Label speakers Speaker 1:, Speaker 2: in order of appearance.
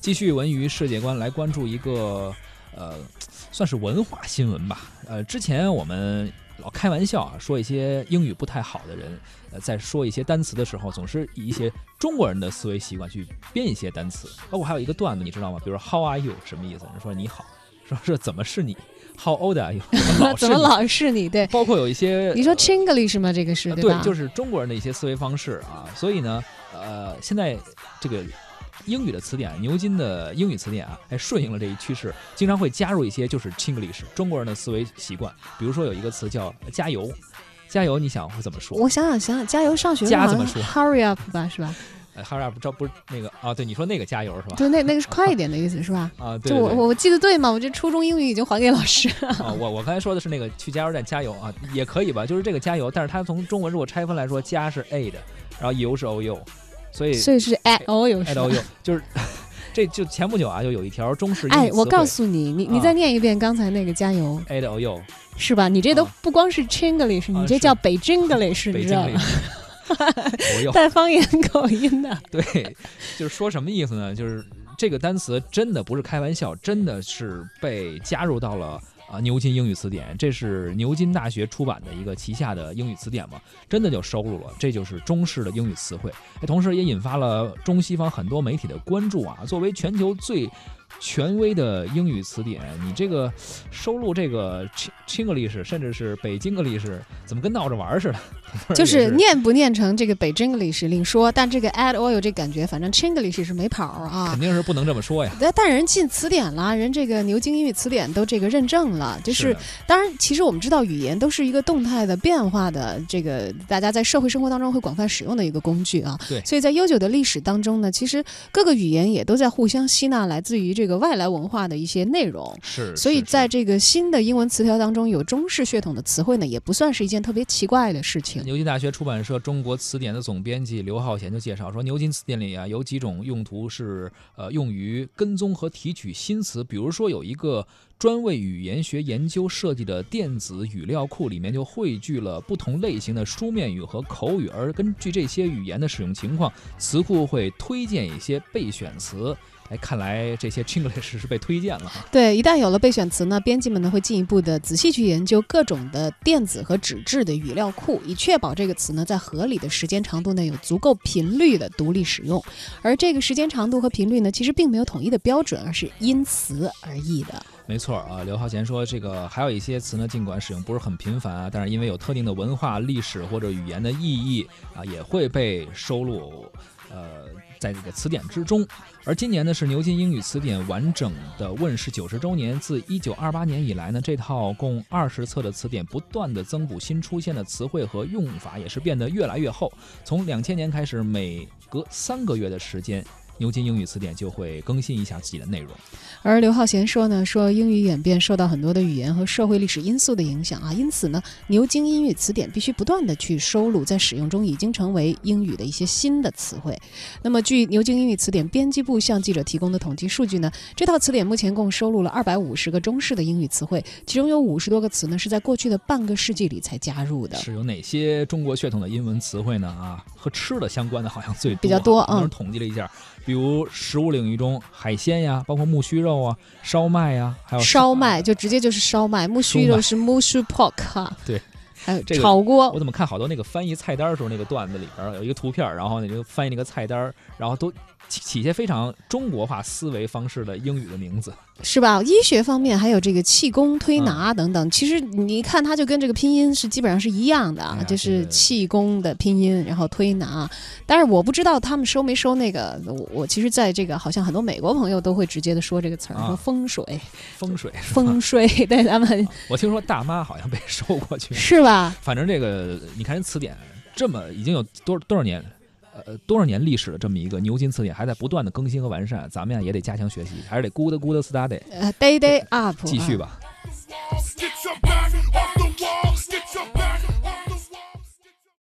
Speaker 1: 继续文娱世界观来关注一个呃，算是文化新闻吧。呃，之前我们老开玩笑啊，说一些英语不太好的人，呃，在说一些单词的时候，总是以一些中国人的思维习惯去编一些单词。包括还有一个段子，你知道吗？比如说 How are you 什么意思？人说你好，说是怎么是你？How old are you？
Speaker 2: 怎么老是你？对，
Speaker 1: 包括有一些
Speaker 2: 你说 Chinglish 吗？这个是
Speaker 1: 呃
Speaker 2: 吧？
Speaker 1: 就是中国人的一些思维方式啊。所以呢，呃，现在这个英语的词典，牛津的英语词典啊，还顺应了这一趋势，经常会加入一些就是 Chinglish 中国人的思维习惯。比如说有一个词叫“加油”，加油，你想会怎么说？
Speaker 2: 我想想想想，加油上学
Speaker 1: 家
Speaker 2: 好
Speaker 1: 怎么
Speaker 2: 像
Speaker 1: 说
Speaker 2: Hurry up 吧，是吧？
Speaker 1: 呃哈尔不知道不是那个啊？对，你说那个加油是吧？
Speaker 2: 就那那个是快一点的意思，是吧？
Speaker 1: 啊，对
Speaker 2: 就
Speaker 1: 对
Speaker 2: 我
Speaker 1: 对。
Speaker 2: 我我记得对吗？我这初中英语已经还给老师了。
Speaker 1: 啊，我我刚才说的是那个去加油站加油啊，也可以吧，就是这个加油，但是它从中文如果拆分来说，加是 a 的，然后油是 o u，所以
Speaker 2: 所以是 at all 有
Speaker 1: a
Speaker 2: 时
Speaker 1: t
Speaker 2: 候
Speaker 1: o u 就是这就前不久啊，就有一条中式英语
Speaker 2: 哎，
Speaker 1: 词
Speaker 2: 我
Speaker 1: 汇
Speaker 2: 告诉你，你你
Speaker 1: 啊
Speaker 2: 再念一遍刚才那个加油，
Speaker 1: a o u
Speaker 2: 是吧？你这都
Speaker 1: 啊
Speaker 2: 不光是 Chinglish，
Speaker 1: 啊
Speaker 2: 你这
Speaker 1: 是
Speaker 2: 叫北 Jinglish，
Speaker 1: 北京
Speaker 2: 你知道
Speaker 1: 这
Speaker 2: 吗？
Speaker 1: 个 o u
Speaker 2: 带方言口音 的。
Speaker 1: 对，就是说什么意思呢？就是这个单词真的不是开玩笑，真的是被加入到了。啊，牛津英语词典，这是牛津大学出版的一个旗下的英语词典嘛，真的就收录了，这就是中式的英语词汇，哎同时也引发了中西方很多媒体的关注啊。作为全球最权威的英语词典，你这个收录这个 Ching Chinglish，甚至是北京 English，怎么跟闹着玩儿似的？
Speaker 2: 就
Speaker 1: 也
Speaker 2: 是念不念成这个北 Jinglish 另说，但这个 at all 这感觉，反正 Chinglish 是没跑儿啊
Speaker 1: 肯。定是不能这么说呀。
Speaker 2: 但但人进词典了，人这个牛津英语词典都这个认证了，就是
Speaker 1: 的
Speaker 2: 当然，其实我们知道语言都是一个动态的变化的，这个大家在社会生活当中会广泛使用的一个工具啊。
Speaker 1: 对
Speaker 2: 所以在悠久的历史当中呢，其实各个语言也都在互相吸纳来自于这个外来文化的一些内容。
Speaker 1: 是，
Speaker 2: 所以
Speaker 1: 是是
Speaker 2: 在这个新的英文词条当中，有中式血统的词汇呢，也不算是一件特别奇怪的事情。
Speaker 1: 牛津大学出版社中国词典的总编辑刘浩贤就介绍说，牛津词典里啊有几种用途是呃用于跟踪和提取新词，比如说有一个专为语言学研究设计的电子语料库，里面就汇聚了不同类型的书面语和口语，而根据这些语言的使用情况，词库会推荐一些备选词。哎，看来这些 Chinglish 是被推荐了啊。
Speaker 2: 对，一旦有了备选词呢，编辑们呢会进一步的仔细去研究各种的电子和纸质的语料库，以确保这个词呢在合理的时间长度内有足够频率的独立使用。而这个时间长度和频率呢，其实并没有统一的标准，而是因词而异的。
Speaker 1: 没错儿啊，刘浩贤说，这个还有一些词呢，尽管使用不是很频繁啊，但是因为有特定的文化、历史或者语言的意义啊，也会被收录，呃，在这个词典之中。而今年呢，是牛津英语词典完整的问世九十周年。自一九二八年以来呢，这套共二十册的词典不断的增补新出现的词汇和用法，也是变得越来越厚。从两千年开始，每隔三个月的时间，牛津英语词典就会更新一下自己的内容。
Speaker 2: 而刘浩贤说呢，说英语演变受到很多的语言和社会历史因素的影响啊，因此呢，牛津英语词典必须不断的去收录在使用中已经成为英语的一些新的词汇。那么，据牛津英语词典编辑部向记者提供的统计数据呢，这套词典目前共收录了二百五十个中式的英语词汇，其中有五十多个词呢是在过去的半个世纪里才加入的。
Speaker 1: 是有哪些中国血统的英文词汇呢？啊，和吃的相关的好像最多
Speaker 2: 比较多
Speaker 1: 啊。有人
Speaker 2: 嗯
Speaker 1: 统计了一下，比如食物领域中，海鲜呀，包括木须肉啊、烧麦呀，还有
Speaker 2: 烧麦就直接就是烧麦，木须
Speaker 1: 哦烧麦
Speaker 2: 肉是木须 pork 哈，
Speaker 1: 对，
Speaker 2: 还有
Speaker 1: 这个
Speaker 2: 炒锅，
Speaker 1: 我怎么看好多那个翻译菜单的时候，那个段子里边儿有一个图片儿，然后你就翻译那个菜单儿，然后都起起一些非常中国化思维方式的英语的名字。
Speaker 2: 是吧？医学方面还有这个气功、
Speaker 1: 嗯
Speaker 2: 推拿等等，其实你一看它就跟这个拼音是基本上是一样的啊
Speaker 1: 哎，呀
Speaker 2: 就
Speaker 1: 这
Speaker 2: 是
Speaker 1: 个
Speaker 2: 气功的拼音，然后推拿。但是我不知道他们收没收那个，我我其实在这个好像很多美国朋友都会直接的说这个词儿，
Speaker 1: 啊
Speaker 2: 说 风水、
Speaker 1: 风水，
Speaker 2: 风水， 对咱们
Speaker 1: 我听说大妈好像被收过去，
Speaker 2: 是吧？
Speaker 1: 反正这个你看人词典这么已经有多多少年。呃，多少年历史的这么一个牛津词典，还在不断的更新和完善，咱们呀也得加强学习，还是得咕哒咕哒 study，
Speaker 2: 呃，day day up，
Speaker 1: 继续
Speaker 2: 吧。
Speaker 1: 吧。